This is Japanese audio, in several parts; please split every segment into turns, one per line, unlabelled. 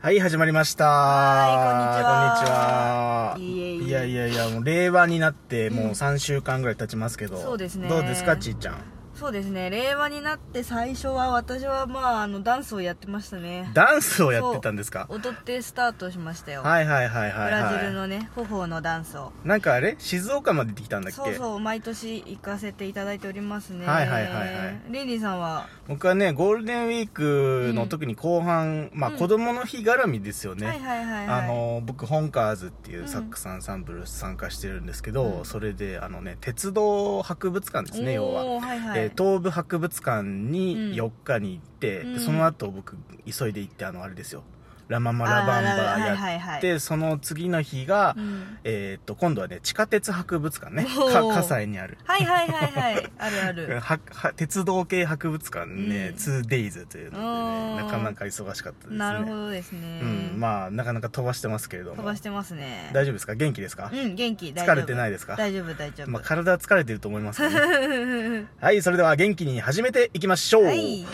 はい、始まりました。
は
こ
い
ん
こん
に
に
ちは。
ちはいいえ
や
いえ
いやいや、もう令和になって、もううん3週間ぐらい経ちますけど。
そうですね
どうですか、ちーちゃん。
そうですね令和になって最初は私はまああのダンスをやってましたね
ダンスをやってたんですか
踊ってスタートしましたよ、
はいはいはいはい、はい。
ブラジルのね頬のダンスを
なんかあれ静岡まで行ってきたんだっけ
そうそう毎年行かせていただいておりますね
はいはいはいはい
リリーさんは
僕はね、ゴールデンウィークの
うん
特に後半、まあ
うん
子供の日絡みですよね。
はいはいはいは
あ
い
の僕本カーズっていううんサックスアンサンブル参加してるんですけど、
うん
それであのね鉄道博物館ですね要は、
おーはいはい
えー東武博物館に
うん
4日に行って、
うん
でその後僕急いで行ってあのあれですよラ・ママ
あ
ラ・バン
ララ
バーやって、
はいはいはい
その次の日が、
うん
えーっと今度はね地下鉄博物館ね
おー
か葛西にある
はいはいはいはいある ある
はは鉄道系博物館ね、
うん
2days というのでね
おー
なかなか忙しかったですね
なるほどですね、
うん、まあなかなか飛ばしてますけれども
飛ばしてますね
大丈夫ですか元気ですか、
うん元気大丈
疲
夫
れてないですか
大丈夫大丈夫、
まあ、体は疲れてると思いますけどね、 はいそれでは元気に始めていきましょう、
はい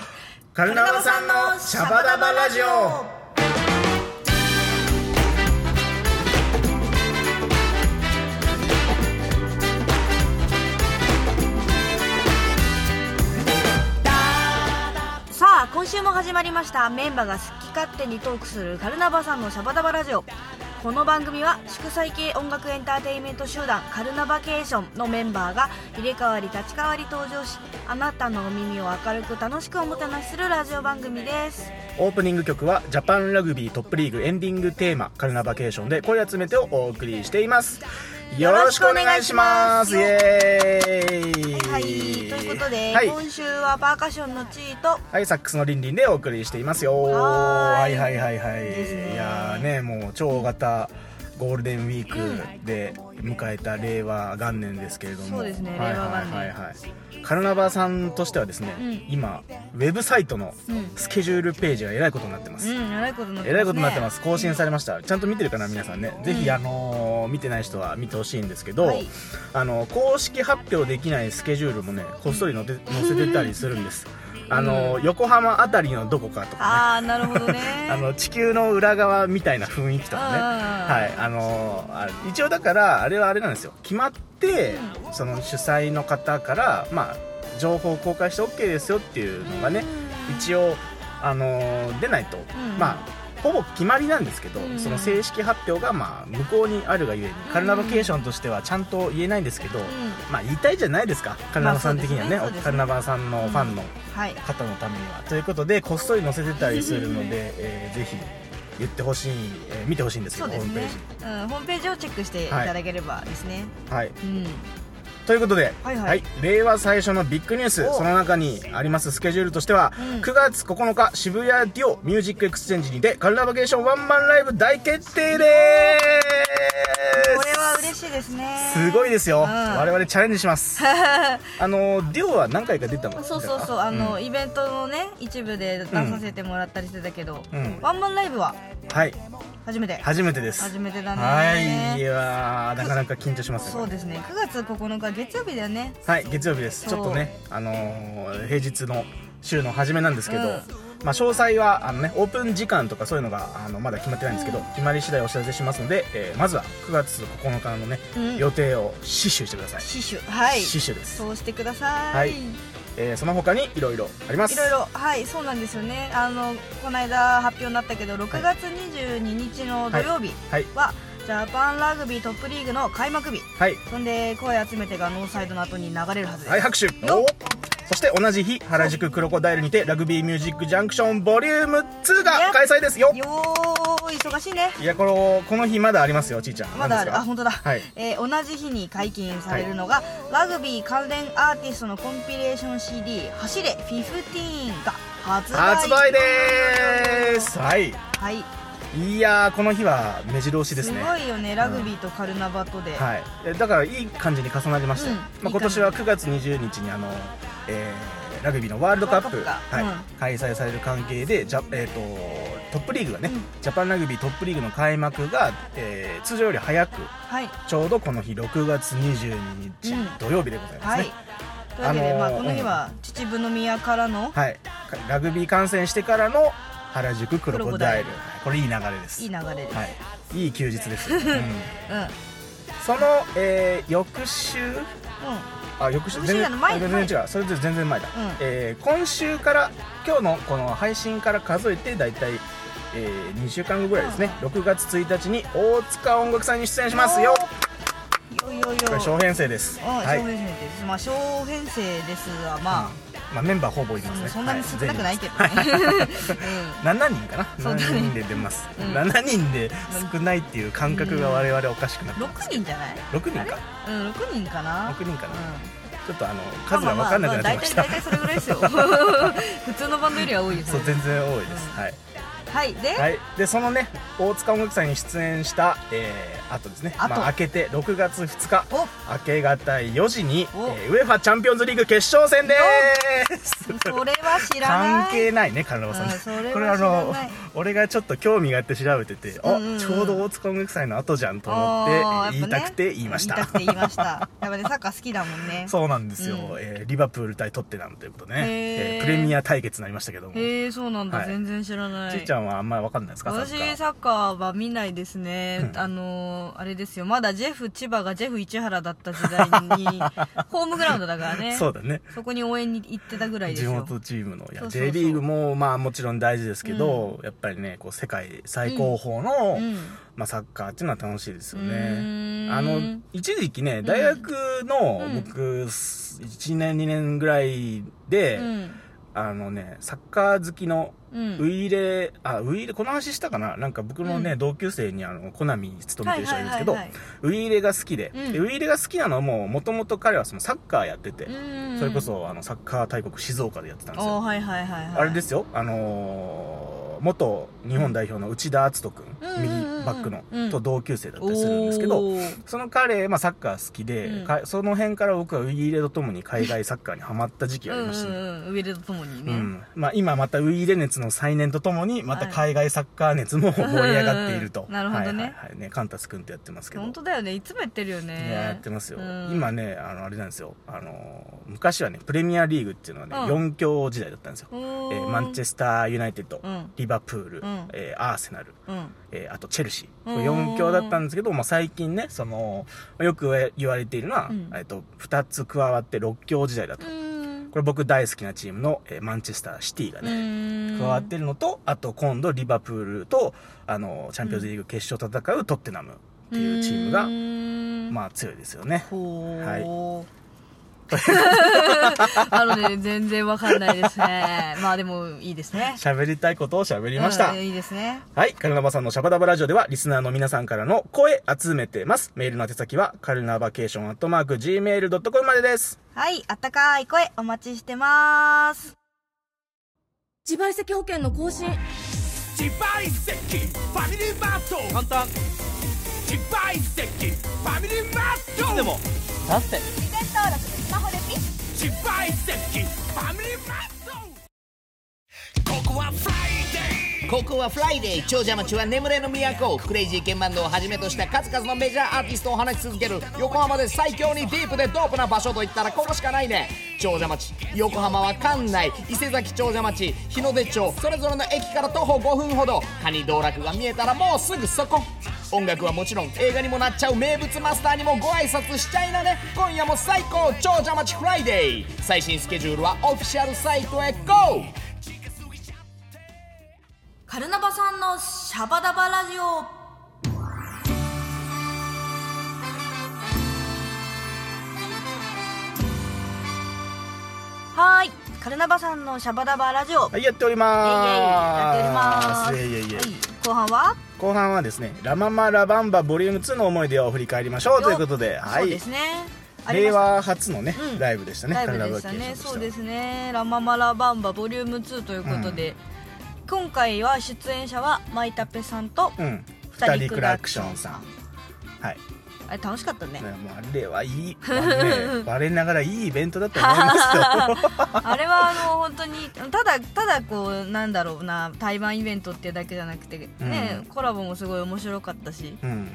カルナバさんのシャバダバラジオ
さあ今週も始まりましたメンバーが好き勝手にトークするカルナバさんのシャバダバラジオこの番組は祝祭系音楽エンターテインメント集団カルナバケーションのメンバーが入れ替わり立ち替わり登場しあなたのお耳を明るく楽しくおもてなしするラジオ番組です
オープニング曲はジャパンラグビートップリーグエンディングテーマ「カルナバケーション」で声集めてをお送りしていますよろしくお願いしますイエーイ
はいということで、
はい、
今週はパーカッションのチーと
はい、サックスのリンリンでお送りしていますよ
はーい
はいはいはいはい
ですね
いやーねもう超大型ゴールデンウィークで迎えた令和元年ですけれども
そうですね
はい
令和元年
はいはいはいカルナバさんとしてはですね、
うん
今ウェブサイトの
うん
スケジュールページがえらいことになってます、
うんえらいことになってます、ね、
えらいことになってます更新されましたちゃんと見てるかな皆さんねぜひ、あのー見てない人は見てほしいんですけど、
はい
あの公式発表できないスケジュールもねこっそり載って載せてたりするんですあのー横浜あたりのどこかとか
ああなるほどね
ね あの地球の裏側みたいな雰囲気とかね
あー
はいあのーあ一応だからあれはあれなんですよ決まって、その主催の方からまあ情報を公開して OK ですよっていうのがね、一応、あのー出ないと、
ん
まあほぼ決まりなんですけど、
うん
その正式発表がまあ向こうにあるがゆえに、カルナバケーションとしてはちゃんと言えないんですけど、
う
まあ言いたいじゃないですかカルナバさん的にはね,、
まあそうですねそうですね
カルナバさんのファンの
んはい
方のためには、ということでこっそり載せてたりするので、えーぜひ言ってほしい、えー見てほしいんですけ
そ
ど、
うで
ホ
す
ームペ
ね
ージ、
うん、ホームページをチェックしていただければですね、
はい
うん
ということで、
はいはい
令和最初のビッグニュース
お
その中にありますスケジュールとしては、
うん
9月9日渋谷ディオミュージックエクスチェンジにてカルナバケーションワンマンライブ大決定でーす
これは嬉しいですね
すごいですよ、
うん
我々チャレンジします あのディオは何回か出たの
そうそうそうあの、イベントのね一部で出させてもらったりしてたけど、
うん
ワンマンライブは
はい
初めて
初めてです
初めてだね
はいいやーなかなか緊張しますね
そうですね9月9日月曜日だよね
はい月曜日ですち
そ
ょ
う
っとねあのー平日の週の初めなんですけど、
うん
まあ、詳細はあの、ね、オープン時間とかそういうのがあのまだ決まってないんですけど、決まり次第お知らせしますので、えーまずは9月9日のね、
うん
予定を死守してください
死守はい
死守です、
そうしてください、
はいえーその他にいろいろあります
いろいろはいそうなんですよねあのこの間発表になったけど6月22日の土曜日
はい
は、ジャパンラグビートップリーグの開幕日
はい、
そんで声集めてがノーサイドの後に流れるはずです、
はい、拍手
よっ
おそして同じ日原宿クロコダイルにてラグビーミュージックジャンクションボリューム2が開催ですよ
よー忙しいね
いやこのこの日まだありますよちいちゃん
まだ
何です
ある
か
あ本当だ、
はい
えー同じ日に解禁されるのが、ラグビー関連アーティストのコンピレーション CD「走れ15」が発売
発売でーすはい
はい
いやーこの日は目白押し
す
ですね
ごいよねラグビーとカルナバとで、
はい、えだからいい感じに重なりましたよ、
うん
まあ、
いい感じ
今年は9月20日にあの、えーラグビーのワールドカップ
ワールドカップ
はい
が
開催される関係でジャ、えー、とトップリーグがね、
うん
ジャパンラグビートップリーグの開幕が、えー通常より早く
はい
ちょうどこの日6月22日、
うん
土曜日でございます
はい
ね、
というわけで、
あのー
まあ、この日は秩父宮からの、
はい、ラグビー観戦してからの原宿クロコダイル
クロコダイル
はいこれいい流れです
いい流れです、
はい、いい休日ですよ、 うん
うんうん
その、えー翌週あ翌週
翌週じゃない前
あ全然違うそれで全然前だ、
うん
えー今週から今日のこの配信から数えて大体、え2週間後ぐらいですね、6月1日に大塚音楽祭に出演しますよ
よいよいよ
これ小編成です
あ
はい、
小編成ですまあ小編成ですがまあ、
まあ、メンバーほぼいますね
そんなに少なくないけど
は
ね、
全員ですはい7人かな
そうだね
7人で出ます、
うん
7人で少ないっていう感覚が我々おかしくなっ
うん、
てます
6人じゃない
6人か
うん6人かな
6人かな
うん
ちょっとあの数が分かんなくなってきました、
まあまあまあ大体大体それぐらいで すよ普通のバンドよりは多いです
そう全然多いです、
うん
はい、
はいで、
はい、でそのね大塚音楽祭に出演した、えー、あとですね
あと
まあ、明けて6月2日
お
明け方4時に、え
お
ー、ウェファチャンピオンズリーグ決勝戦です
それは知らない
関係ないねカルロさん、
うんそれは知らない
これあの俺がちょっと興味があって調べてて、
うんうんうん
あちょうど大塚音楽祭の後じゃんと思って、え
あ
ー
ー
言いたくて言いました
やっぱね言いたくて言いましたやっぱねサッカー好きだもんね
そうなんですよ、
うん
えーリバプール対トッテナムということでね
へ、ー
えープレミア対決になりましたけども、
へえそうなんだ、
はい
全然知らない
ちいちゃんはあんまり分かんないですかサッカー
私サッカーは見ないですね、
うん
あのーあれですよまだジェフ千葉がジェフ市原だった時代 にホームグラウンドだからね
そうだね
そこに応援に行ってたぐらいです
地
よ
元チームのいや
そうそうそう
J リーグもまあもちろん大事ですけど、やっぱりねこう世界最高峰の、
うん
まあ、サッカーっていうのは楽しいですよ
う
ね
ーん
あの一時期ね大学の
うん
僕、1年2年ぐらいで、
うん
あのねサッカー好きの
うん
ウイイレ、あウイイレこの話したかななんか僕のね、
う
同級生にあのコナミに勤めてる人がいるんですけ
は
ど
いはいはい
ウイイレが好きで,で、
うん
ウイイレが好きなのももともと彼はそのサッカーやってて、
はいうん
それこそあのサッカー大国静岡でやってたんですよ
おーはいはいはいはい
あれですよ、あのー元日本代表の内田篤人君、
うん
右
うんうんうん
バックの、
うん
と同級生だったりするんですけど、
おー
その彼、まあ、サッカー好きで、
うん
かその辺から僕はウイイレとともに海外サッカーにハマった時期がありました
う
ね。
んうんうん、ウイレとともに
う
ね、
んまあ、今またウイイレ熱の再燃とともにまた海外サッカー熱 も盛り上がっていると、
うんなるほどね
はいはいはいねカンタス君とやってますけど
本当だよねいつもやってるよ
い
ね
ややってますよ、
うん
今ねあのあれなんですよ、あのー昔はねプレミアリーグっていうのはね、
うん
4強時代だったんですよ、
お
え
ー
ーマンチェスター・ユナイテッド、
うん
リバプール、
うん
えーアーセナル、
うん
えーあとチェルシー
うん
4強だったんですけど、まあ、最近ねそのよく言われているのは、
うん
えっと2つ加わって6強時代だと、
うん
これ僕大好きなチームの、えーマンチェスター・シティがね、
うん
加わってるのとあと今度リバプールとあのチャンピオンズリーグ決勝戦うトッテナムっていうチームが、
うん
まあ強いですよね
ほー
はい
あのね全然わかんないですねまあでもいいですね
喋りたいことを喋りました、
うんいいですね
はい。カルナバさんのシャバダバラジオでは、リスナーの皆さんからの声集めてます。メールの宛先は、カルナバケーションアットマーク Gmail.com までです。
はいあったかい声お待ちしてます自賠責保険の更新
自賠責ファミリーマート簡単自賠責ファミリーマートでもだって事前登録スマホでピッ自賠責ファミリーマートここはフライデー
ここはフライデー長者町は眠れぬ都クレイジーケンバンドをはじめとした数々のメジャーアーティストを話し続ける横浜で最強にディープでドープな場所といったらここしかないね長者町横浜は館内伊勢崎長者町日の出町それぞれの駅から徒歩5分ほどカニ道楽が見えたらもうすぐそこ音楽はもちろん映画にもなっちゃう名物マスターにもご挨拶しちゃいなね今夜も最高長者町フライデー最新スケジュールはオフィシャルサイトへ GO!
カルナバさんのシャバダバラジオはーいカルナバさんのシャバダバラジオ、
はい、やっており
イエイイエイ
ま
やっております
す。いえいえいえ。
はい後半は
後半はですね、ラママラバンバボリューム2の思い出を振り返りましょうということで、は
そう
い
で。すねあり
令
ま
和初のね、
うん
ライブでした
した
ね、
ライブでした
カルナバケーション
ね
としては
そうですねラママラバンバボリューム2ということで、今回は出演者はマイタペさんと、
うん。二
二人
人
ク
ク
ラ
ラ
ク
ク
シ
シ
ョ
ョ
ン
ン
さ
さ
ん
ん。はい。
あれ楽しかったね
ねもうあれはいい、あのね我ながらいいイベントだと思いますよ。
あれはあの本当にただただこうなんだろうな対バンイベントっていうだけじゃなくてね、
うん
コラボもすごい面白かったし、
うん。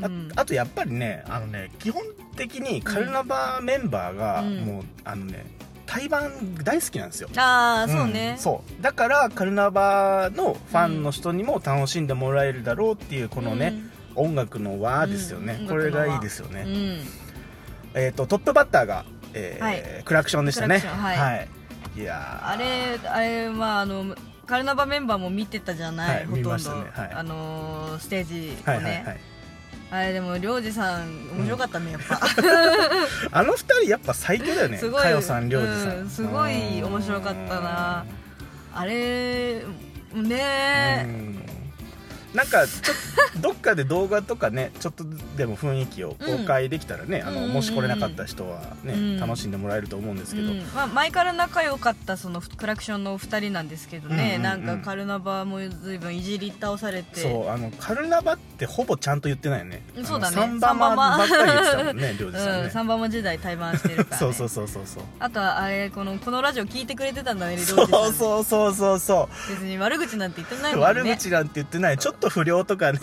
あ
うん
あとやっぱりねあのね基本的にカルナバメンバーが
うん
もう、あのね対バン大好きなんですよ
ああそうね
ん、そうだからカルナバのファンの人にも楽しんでもらえるだろうっていうこのね、音楽の輪ですよね、
うん
これがいいですよね、
うん
えー、とトップバッターが、えー
はい
クラクションでしたね
クラクションはい
い、いやー
あれあれまああのカルナバメンバーも見てたじゃない、
はい
ほとん
見
ど、
ましたねはい
あのーステージをね、
はいはいはい
あれでもりょうじさん面白かったね、やっぱ
あの二人やっぱ最強だ よね
すごい
かよさんりょうじさん、
うんすごい面白かったなあれ
う
ね
んなんかちょっとどっかで動画とかね ちょっとでも雰囲気を公開できたらね、あ
うんうん
の
うん
もし来れなかった人はね、
うん
楽しんでもらえると思うんです
う
けど、
んまあ、前から仲良かったそのクラクションのお二人なんですけどね、
うんうんうん
なんかカルナバも随分いじり倒されて
そうあのカルナバってほぼちゃんと言ってないよね
うんそうだね
3番マばっかり言ってたもんねりょうじさん
うん、
ね、
サンバマ時代対バンしてるから、ね、
そうそうそうそうそう
あとはあれこのこのラジオ聞いてくれてたんだねリローチさん
そうそうそうそうそ
別に悪口なんて言ってないうもんね
悪口なんて言ってないちょっと不良とか ね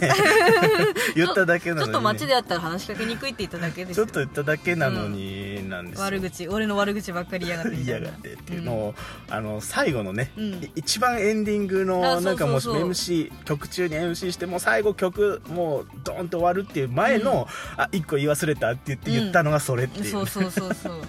言っただけなの
ち
に、ね、
ょっと街であったら話しかけにくいって言っただけです
ちょ
よ
っと言っただけなのになんですよ、
悪口俺の悪口ばっかり言いや がって
言
み
い
た
や
い
が
な
ってっていうのを、あの最後のね、
うん
い一番エンディング
あ
のなんかもう
そうそうそう
MC 曲中に MC してもう最後曲もうドーンと終わるっていう前の、あ一個言い忘れたって言って
うん
言ったのがそれっていう、
そうそうそうそう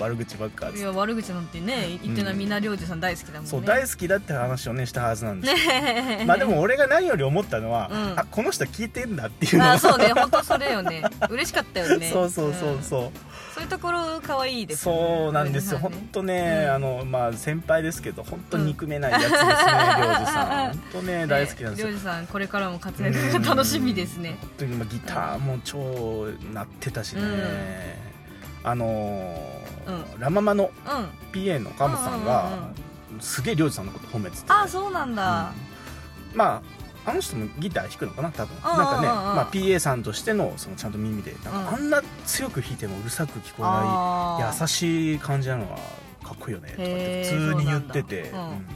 悪口ばっかっつっ
い
て
や悪口なんてね言ってない、
うん
みんなりょうじさん大好きだもんね
そう大好きだって話をねしたはずなんですよ
ね
まあでも俺が何より思ったのは、
うん
あこの人聞いてんだっていうの
あ
が
ーそうね本当それよね嬉しかったよ ね
そうそうそう
うん
そう、
そういうところ可愛いですね
そうなんですよ
りょう
本
じさんね
当ね、
うん
あのまあ先輩ですけど本当憎めないやつです ね、りょうじさん本当ね大好きなんですよ
ねりょうじさんこれからも活躍が楽しみですね
本当に今ギターも超なってたしね、あのーラ・ママの
うん
PA のカムさん
うんうん
が、すげえりょうじさんのこと褒めてて
ああそうなんだ、
うんまああの人もギター弾くのかな多分
うんうんうん
なんかね、まあ、PA さんとしてのそのちゃんと耳でなん
うん
かあんな強く弾いてもうるさく聞こえな
あ
い
ー
優しい感じなのはかっこいいよねとかって
へー
普通に言ってて、
そうなんだうん
うん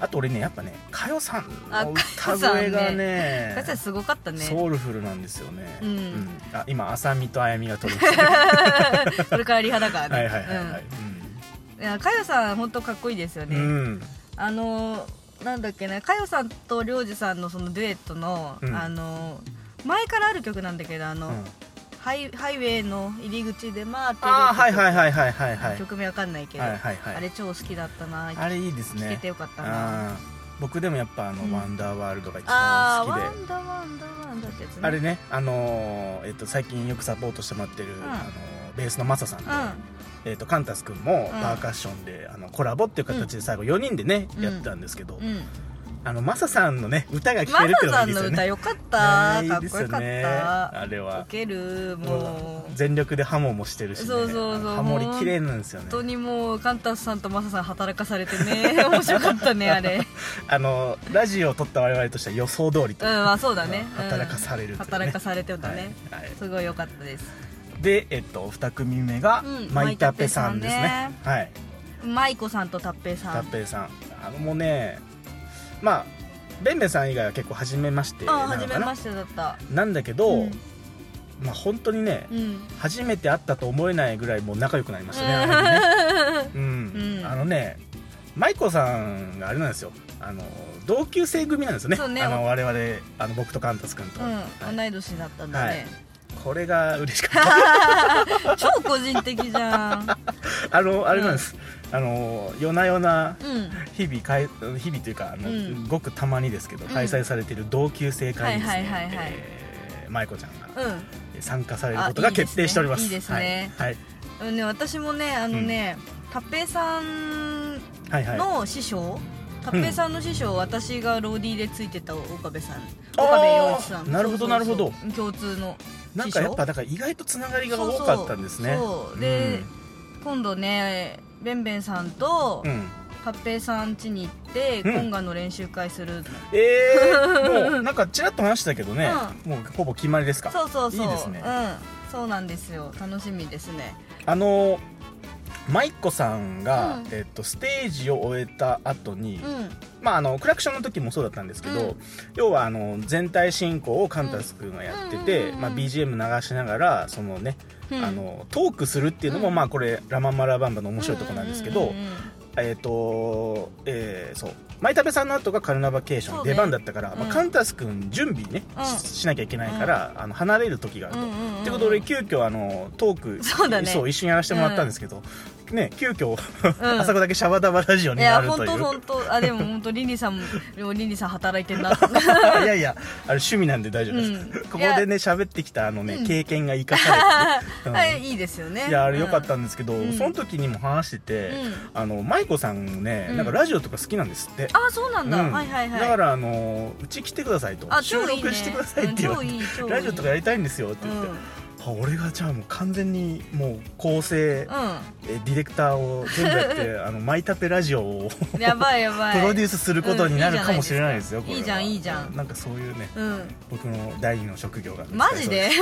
あと俺ねやっぱねかよさん
あ
の歌声がね
先生すごかったね
ソウルフルなんですよね、
うん
あ今浅見とあやみ が撮るは
これからリハだから
い
ね
はいはいはい、
うんいやかよさん本当かっこいいですよ
う
ね、
ん、うん
あのーなんだっけねかよさんとりょうじさんのそのデュエットの、
うん
あのー前からある曲なんだけどあの、
うん
ハイハイウェイの入り口で待ってる
ああはいはいはいはいはいはい
曲名わかんないけど、
はいはいはい
あれ超好きだったな
あれいいです
聴
ね
けてよかったな
あー僕でもやっぱあの、
うん
ワンダーワールドが一
あ
番好きで
あーワンダワンダワンダってやつね
あれねあのーえっと最近よくサポートしてもらってる、
ん
あのーベースのマサさんと,、
う
えっとカンタス君も
うん
パーカッションで、あのコラボっていう形で最後4人でね、
うん
やってたんですけど、
んうん
あのマサさんのね歌が聴
マ
けるってい
サ
うのがい
さ
い
ん
です
の
よ
歌
ね
よかった
ね
かっ
いいで
こ
す
よ
よ
かっ
ね
た
あれは
ウケるもう
全力でハモもしてるし、ね、
そうそうそう
ハモリ綺麗なんですよ
本当
ね
にもうカンタスさんとマサさん働かされて ね面白かったねあれ
あのラジオを撮った我々としては予想通り
う
と
んまあそうだね
うん働かされる
うん
というね
働かされてたね、
はいはい
すごい良かったです
で、えっと、2組目が
うん
マイタペさんですね,、
マイタペ
はい
舞子さんと達平さ
タ
ん
ペさんあのもうねまあベンベンさん以外は結構初めまして
あ
な
あ初
の
め
かな
ましてだった
なんだけど、
うん
まあ本当にね、
うん
初めて会ったと思えないぐらいもう仲良くなりましたね,あの日ね、うん
うん
あのね舞子さんがあれなんですよあの同級生組なんですよね
そうね
あの我々あの僕とカンタス君と、
うん、同い年だったんだね、
これが嬉しかっ
超個人的じ ゃん
た あのあれなんです、あの夜な夜な
うん
日々かい日々というかあの、
うん
ごくたまにですけど
ん
開催されている同級生会にです
はいはいはいはい
ねえー舞子ちゃんが
うん
参加されることが
あいいですね
決定しております
いいですね
はい
うんね、私もねあのね、達平さん
はいはいはい
の師匠達平さんの師匠、私がローディーでついてた岡部さん
あー
岡部陽一さん
なるほどなるほど
共通の
なん
師
かやっ
匠
ぱだから意外とつながりが多かったんですね
そうそうそうで今度ねべんべんさんと
うん、 うん
達平さん家に行って
うん
コンガの練習会する、
えー、もうなんかちらっと話したけどね、もうほぼ決まりですか
そうそうそう
いいですね
うんそうなんですよ楽しみですね
あの舞子さんが、
うん
えっと、ステージを終えた後に、
うん
まあ、あのクラクションの時もそうだったんですけど、
うん
要はあの全体進行をカンタス君がやってて、
うん
まあ、BGM 流しながらその、ね
うん
あのトークするっていうのも、
うん
まあ、これ「ラ・マンマ・ラ・バンバ」の面白いところなんですけど、
うんうんうん
えっ、とえーそう舞田部さんの後がカルナバケーショ
そ
ン
うね
出番だったから、ま
う
あ、
ん
カンタス君準備ね、
うん
ししなきゃいけないから、あの離れる時があると。
うんうんうん
ってことで俺急遽あのトーク
そうだね
一緒にやらせてもらったんですけど、ね急遽、
ん
朝子だけシャバダバラジオ
い
にな
や
ると
本
いう
当本当あでも本当リンリさんもでもリンリさん働いて んな
いやいやあれ趣味なんで大丈夫です、
うん
ここ
いや
でね喋ってきたあのね、
うん
経験が生かされて、
は
うん
いいいですよね
いやあれ良かったんですけど、
ん
その時にも話してて、あの舞子さんもね、
うん
なんかラジオとか好きなんですって
ああそうなんだ、
うん
はいはいはい
だからあのうち来てくださいと
あ
収
超いいね
録してくださいって言われ
うん超い
て
い超いい
ラジオとかやりたいんですよって言って、
うん
あ俺がじゃあもう完全にもう構成、
う
えディレクターを全部やって あのマイタペラジオを
んやばいやばい
プロデュースすることになるかもしれないですよ、
うん
これはい
いじゃないですかいいじゃんいいじゃん
なんかそういうね
うん
僕の第二の職業が見つか
マ
り
ジ
そう
です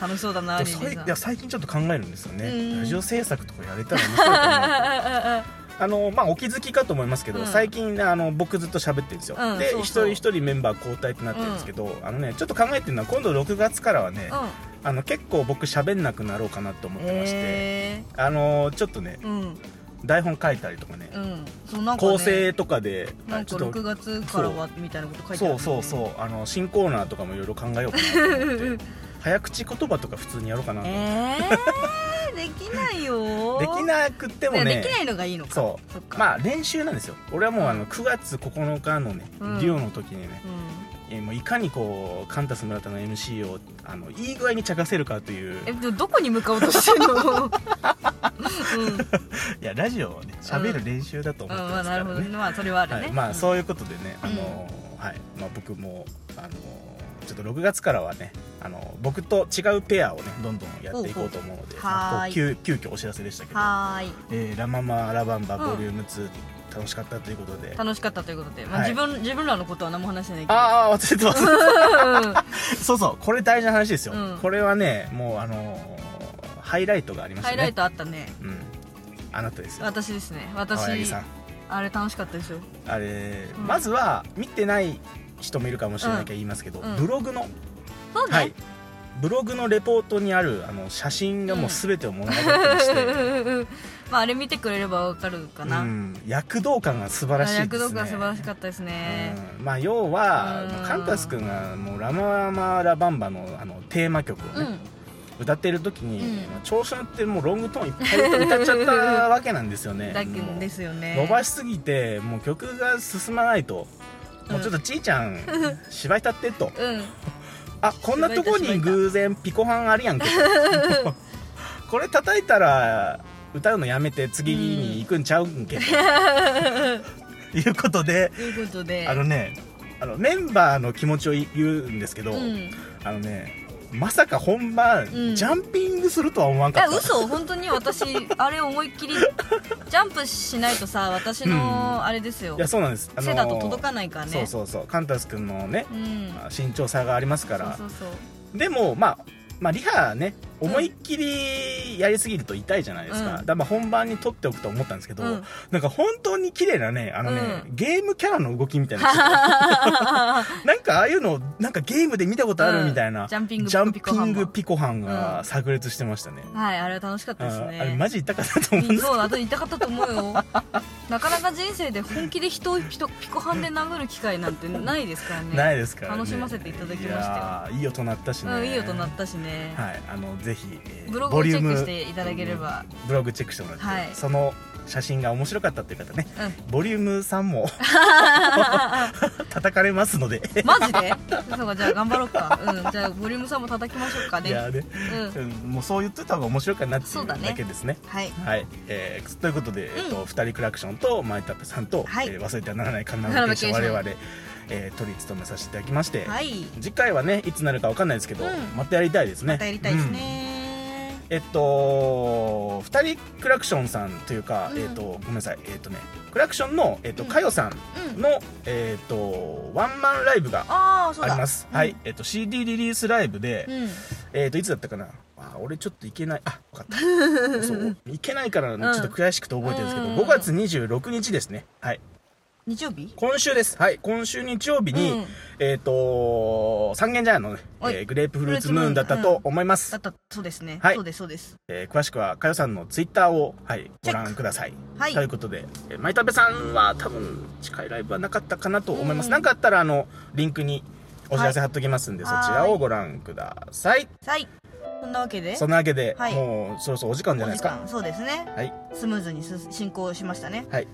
楽しそうだな
で
リン
も最
リさん
いや最近ちょっと考えるんですよね、
うん
ラジオ制作とかやれたら面白いか なあのまあ、お気づきかと思いますけど、
うん
最近ねあの僕ずっと喋ってるんですよ、
うん
で
そう
一
そ
人
う
一人メンバー交代ってなってるんですけど、あのねちょっと考えてるのは今度6月からはね、
うん
あの結構僕喋んなくなろうかなと思ってまして、
え
あのちょっとね
ー、うん
台本書いたりとかね、
うんそうなんか、ね、
構成とかで
なん
ち
か
ょっと
6月からはみたいなこと書いてある
そ
よ
うそ
ね
うそうあの新コーナーとかもいろいろ考えようかなと思 って早口言葉とか普通にやろうかなと思って
えー、できないよ
できなくっても
ね
ね
できないのがいいのか
そう
そっか
まあ練習なんですよ俺はもうあの9月9日のね、
うん
デュオの時にね
うん
えーもういかにこうカンタス村田の MC をあのいい具合に茶化せるかという
えでもどこに向かおうとして んのうん、うん
いやラジオをね喋る練習だと思って
ま
ま
あ
すか
な
ら
るほどね
ね
まあそれはあるね、
はいまあ
う
そういうことでね、
ん
あのーはいまあ、僕も、あのーちょっと6月からはね、あのー僕と違うペアをねどんどんやっていこうと思うので
ほうほう
まあ
はーい
急急遽お知らせでしたけど
はーい
「えーラ・ママ・ラ・バンバ」
うん
ボリューム2、楽しかったということで。
楽しかったということで、まあ
はい
自分自分らのことは何も話してないけど
ああ忘れてます
うん
そうそうこれ大事な話ですよ、
うん
これはねもうあのーハイライトがありました
ハイ
ね
ライトあったね
うんあなたですよ
私ですね
青柳
私
さん
あれ楽しかったですよ
あれ、
うん
まずは見てない人もいるかもしれないから言いますけど、
うん
ブログの、
そうね、
はいブログのレポートにあるあの写真がもう全てを物語ってま して、うん
まああれ見てくれればわかるかな、
躍動感が素晴らしいですね
躍動感素晴らしかったですね、
うんまあ要は
うん
カンタス君がもう「ラ・ママ・ラ・バンバの」あのテーマ曲をね、
うん、
歌ってる時に、
うん
まあ調子乗ってもうロングトーンいっぱい歌っちゃったわけなんですよね
だけどですよね
伸ばしすぎてもう曲が進まないと、
うん
もうちょっとちいちゃん 芝居立ってと
うん
あこんなとこに偶然ピコハンあるや んけこれ叩いたら歌うのやめて次に行くんちゃうんけと、 いうことで
ということで
あのねあのメンバーの気持ちを言うんですけど、
うん
あのねまさか本番、
うん
ジャンピングするとは思わんかっ
え
た
嘘本当に私あれ思いっきり ジャンプしないとさ私
うん
のあれですよ、
いやそうなんです、あ
背だと届かないからね
そうそうそうカンタス君のね、
うん
まあ身長差がありますから
そうそうそう
でも、まあ、まあリハね
ん
思いっきりやりすぎると痛いじゃないですか,、
うん
だからまあ本番に撮っておくと思ったんですけど、
うん
なんか本当に綺麗なねあのね、
う
ゲームキャラの動きみたい ななんかああいうのなんかゲームで見たことあるみたいな、
うんジャンピング
ジャンピング
ピ
ピコハンが
うん
炸裂してましたね、
はいあれは楽しかったです
あ
ね
あれマジ痛かったと思うんですけど
そうあと痛かったと思うよなかなか人生で本気で人を人ピコハンで殴る機会なんてないですからね
ないですから、ね、
楽しませていただきましたよ
いやーいい音鳴ったしね、
うん、いい音鳴ったしね、
はい、あのぜひ、えー
ブログ
ボ
を
リ
チ
ュ
ェ
ー
ッ
ム
クしていただければ
ブログチェックしてもらって、
はい
その写真が面白かったっていう方ね、ボリューム3も 叩かれますので
マジでそうかじゃあ頑張ろうか、うん、じゃあボリュームさんも叩きましょうか
いや
ね
ーね、
う
うんもうそう言ってた方が面白いかなってい
そううだね
だけですね
はい
はい、えーということで、えっ
う
と2人クラクションとマイタップさんと、
はい
えー忘れてはならないカ ンナバケーション
カン
我
ナバ
々、えー取り務めさせていただきまして、
はい
次回はねいつなるかわかんないですけど、
うん
またやりたいですね
またやりたいですね
うん、えっと2人クラクションさんというか、
うん
えっとごめんなさいえっとねクラクションの、えっと
うん
かよさん
うん
の、えっとワンマンライブが
ああそう
あ
だ
ります、
うん
はい、えっと CD リリースライブで、
うん
えっといつだったかなあ俺ちょっと行けないあ分か ったそう行けないからちょっと悔しくて覚えてるんですけど、5月26日ですねはい
日曜日
今週ですはい今週日曜日に、
うん
えっ、と三軒茶屋のね、え
はい
ーグレープフルーツムーンだったと思いま
だ
す
っ、たそうですね、
はい
そうですそうです
えー詳しくはかよさんのツイッターを、はい、
チェ
ご
ック
覧ください、
はい
ということで、えー、舞田部さんは多分近いライブはなかったかなと思います、なんかあったらあのリンクにお知らせ貼っときますんで、
はい
そちらをご覧ください
はいそんなわけで
そんなわけで、
はい
もうそろそろお時間じゃないです
お
か
時間そうですね
はい
スムーズにす進行しましたね
はい、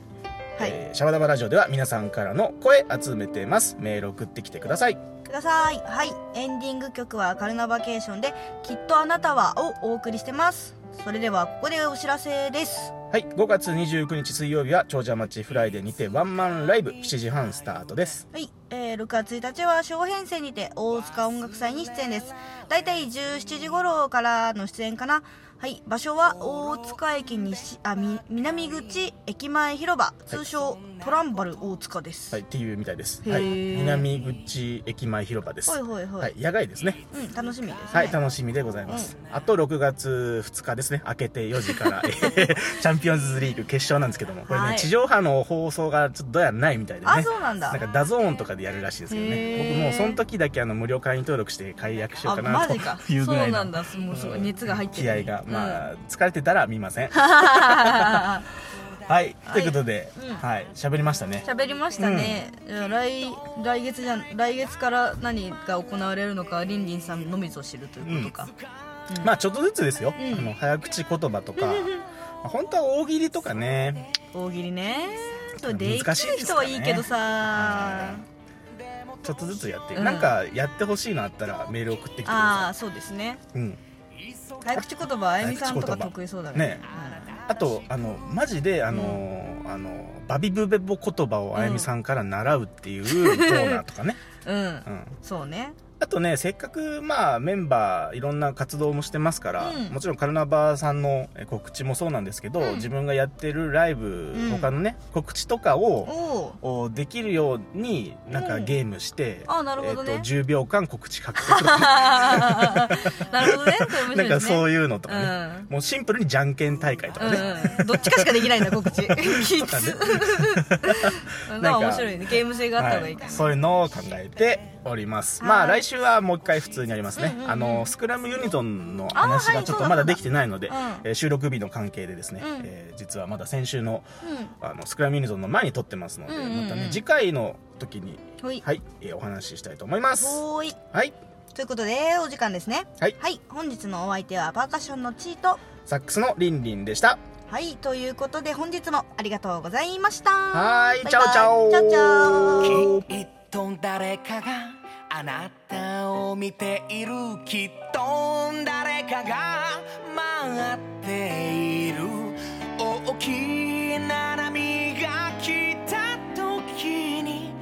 はい、
えーシャバダバラジオでは皆さんからの声集めてますメール送ってきてください
くださいはいエンディング曲は「カルナバケーション」で「きっとあなたは」をお送りしてますそれではここでお知らせです
はい5月29日水曜日は長者町フライデーにてワンマンライブ7時半スタートです
はい、えー6月1日は小編成にて大塚音楽祭に出演ですだいたい17時頃からの出演かなはい場所は大塚駅西あみ南口駅前広場通称、トランバル大塚です、
はいっていうみたいです、はい、
へー
南口駅前広場です
ほいほいほい
はい、野外ですね
うん楽しみですね
はい、楽しみでございます。あと6月2日ですね、明けて4時 から、えーチャンピオンズリーグ決勝なんですけども、これね、
はい
地上波の放送がちょっとどうやらないみたいでね。
あそうなんだ
かダゾーンとかでやるらしいですけど
へ
ね。
ー
僕もうその時だけあの無料会員登録して解約しよう
あ
かな
マ
と
ジか
いう
そ
ぐ
う
らい
な
の
んだすもうすごい熱が入ってる
気合が、
あ、
まあ、疲れてたら見ま せん。はい、ということで、はい、喋りましたね。
喋りましたね、いや来来月じゃん来月から何が行われるのかりんりんさんのみぞ知るということか、
まあちょっとずつですよ、
うん
あの早口言葉とか、まあ本当は大喜利とかね
大喜利ねと
難しい
で
で
き
す
る
からね
人はいいけどさ、
ちょっとずつやって、
うん
なんかやってほしいのあったらメール送ってきてくだ
あ
さ
あそうですね
いうん
早口言葉あやみさんと
早
か
口言葉
得意そうだね
ねあとあのマジであのー、あのーバビブベボ言葉をあやみさんから習うっていうコーナーとかね、
うん、うん
うん、
そうね
あとねせっかくまあメンバーいろんな活動もしてますから、
うん
もちろんカルナバーさんのえ告知もそうなんですけど、
うん
自分がやってるライブ、
うん
他のね告知とかを、
おお
をできるようになんか
うん
ゲームして、
あなるほどね
えっと10秒間告知獲得と か
なるほどねそれ面白いですね
なんかそう
いう
いうのとかね、もうシンプルにじゃんけん大会とかね、
んうん、どっちかしかできないんだ 告知き
とかね
つ まあ面白いねゲーム性があった方がいいか
は
な、
い、そういうのを考えております、
はい
まあ来週はもう一回普通にやりますね、
うんうんうん
あのスクラムユニゾンの話
あーは
が
い
ちょっとまだできてないので、
そうだそうだうん
えー収録日の関係でですね、
うん
えー実はまだ先週の
うん
あのスクラムユニゾンの前に撮ってますので、
うんうんうん
またね次回の時に
ほい
はい、えーお話ししたいと思います
ほーい
はい
ということでお時間ですね
はい
本日のお相手はパーカッションのチート
サックスのリンリンでした
はいということで本日もありがとうございました
はーい
バイバイ
チャオチャオ
チャオチャオ
きっと誰かがあなたを見ているきっと誰かが待っている大きな波が来た時に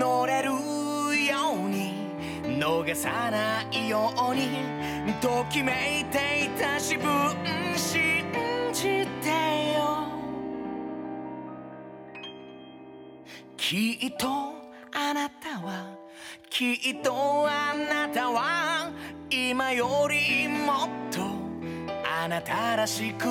乗れるように逃さないようにときめいていた自分信じてよきっとあなたはきっとあなたは今よりもっとあなたらしく